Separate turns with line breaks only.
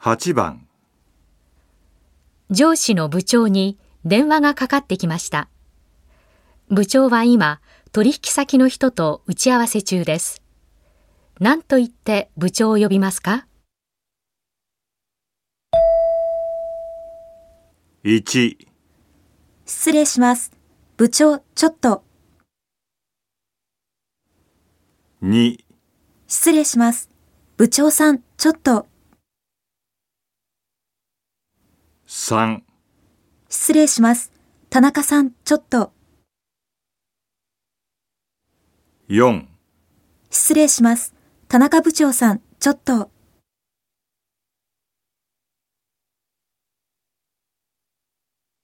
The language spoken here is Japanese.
8番
上司の部長に電話がかかってきました。部長は今、取引先の人と打ち合わせ中です。何と言って部長を呼びますか
1,
失礼します。部長、ちょっと。
2,
失礼します。部長さん、ちょっと。
3
失礼します。田中さん、ちょっと。
4
失礼します。田中部長さん、ちょっと。